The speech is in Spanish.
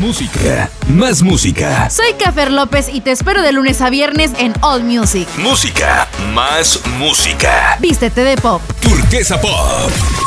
Música, más música. Soy Cafer López y te espero de lunes a viernes en All Music. Música, más música. Vístete de pop. Turquesa Pop.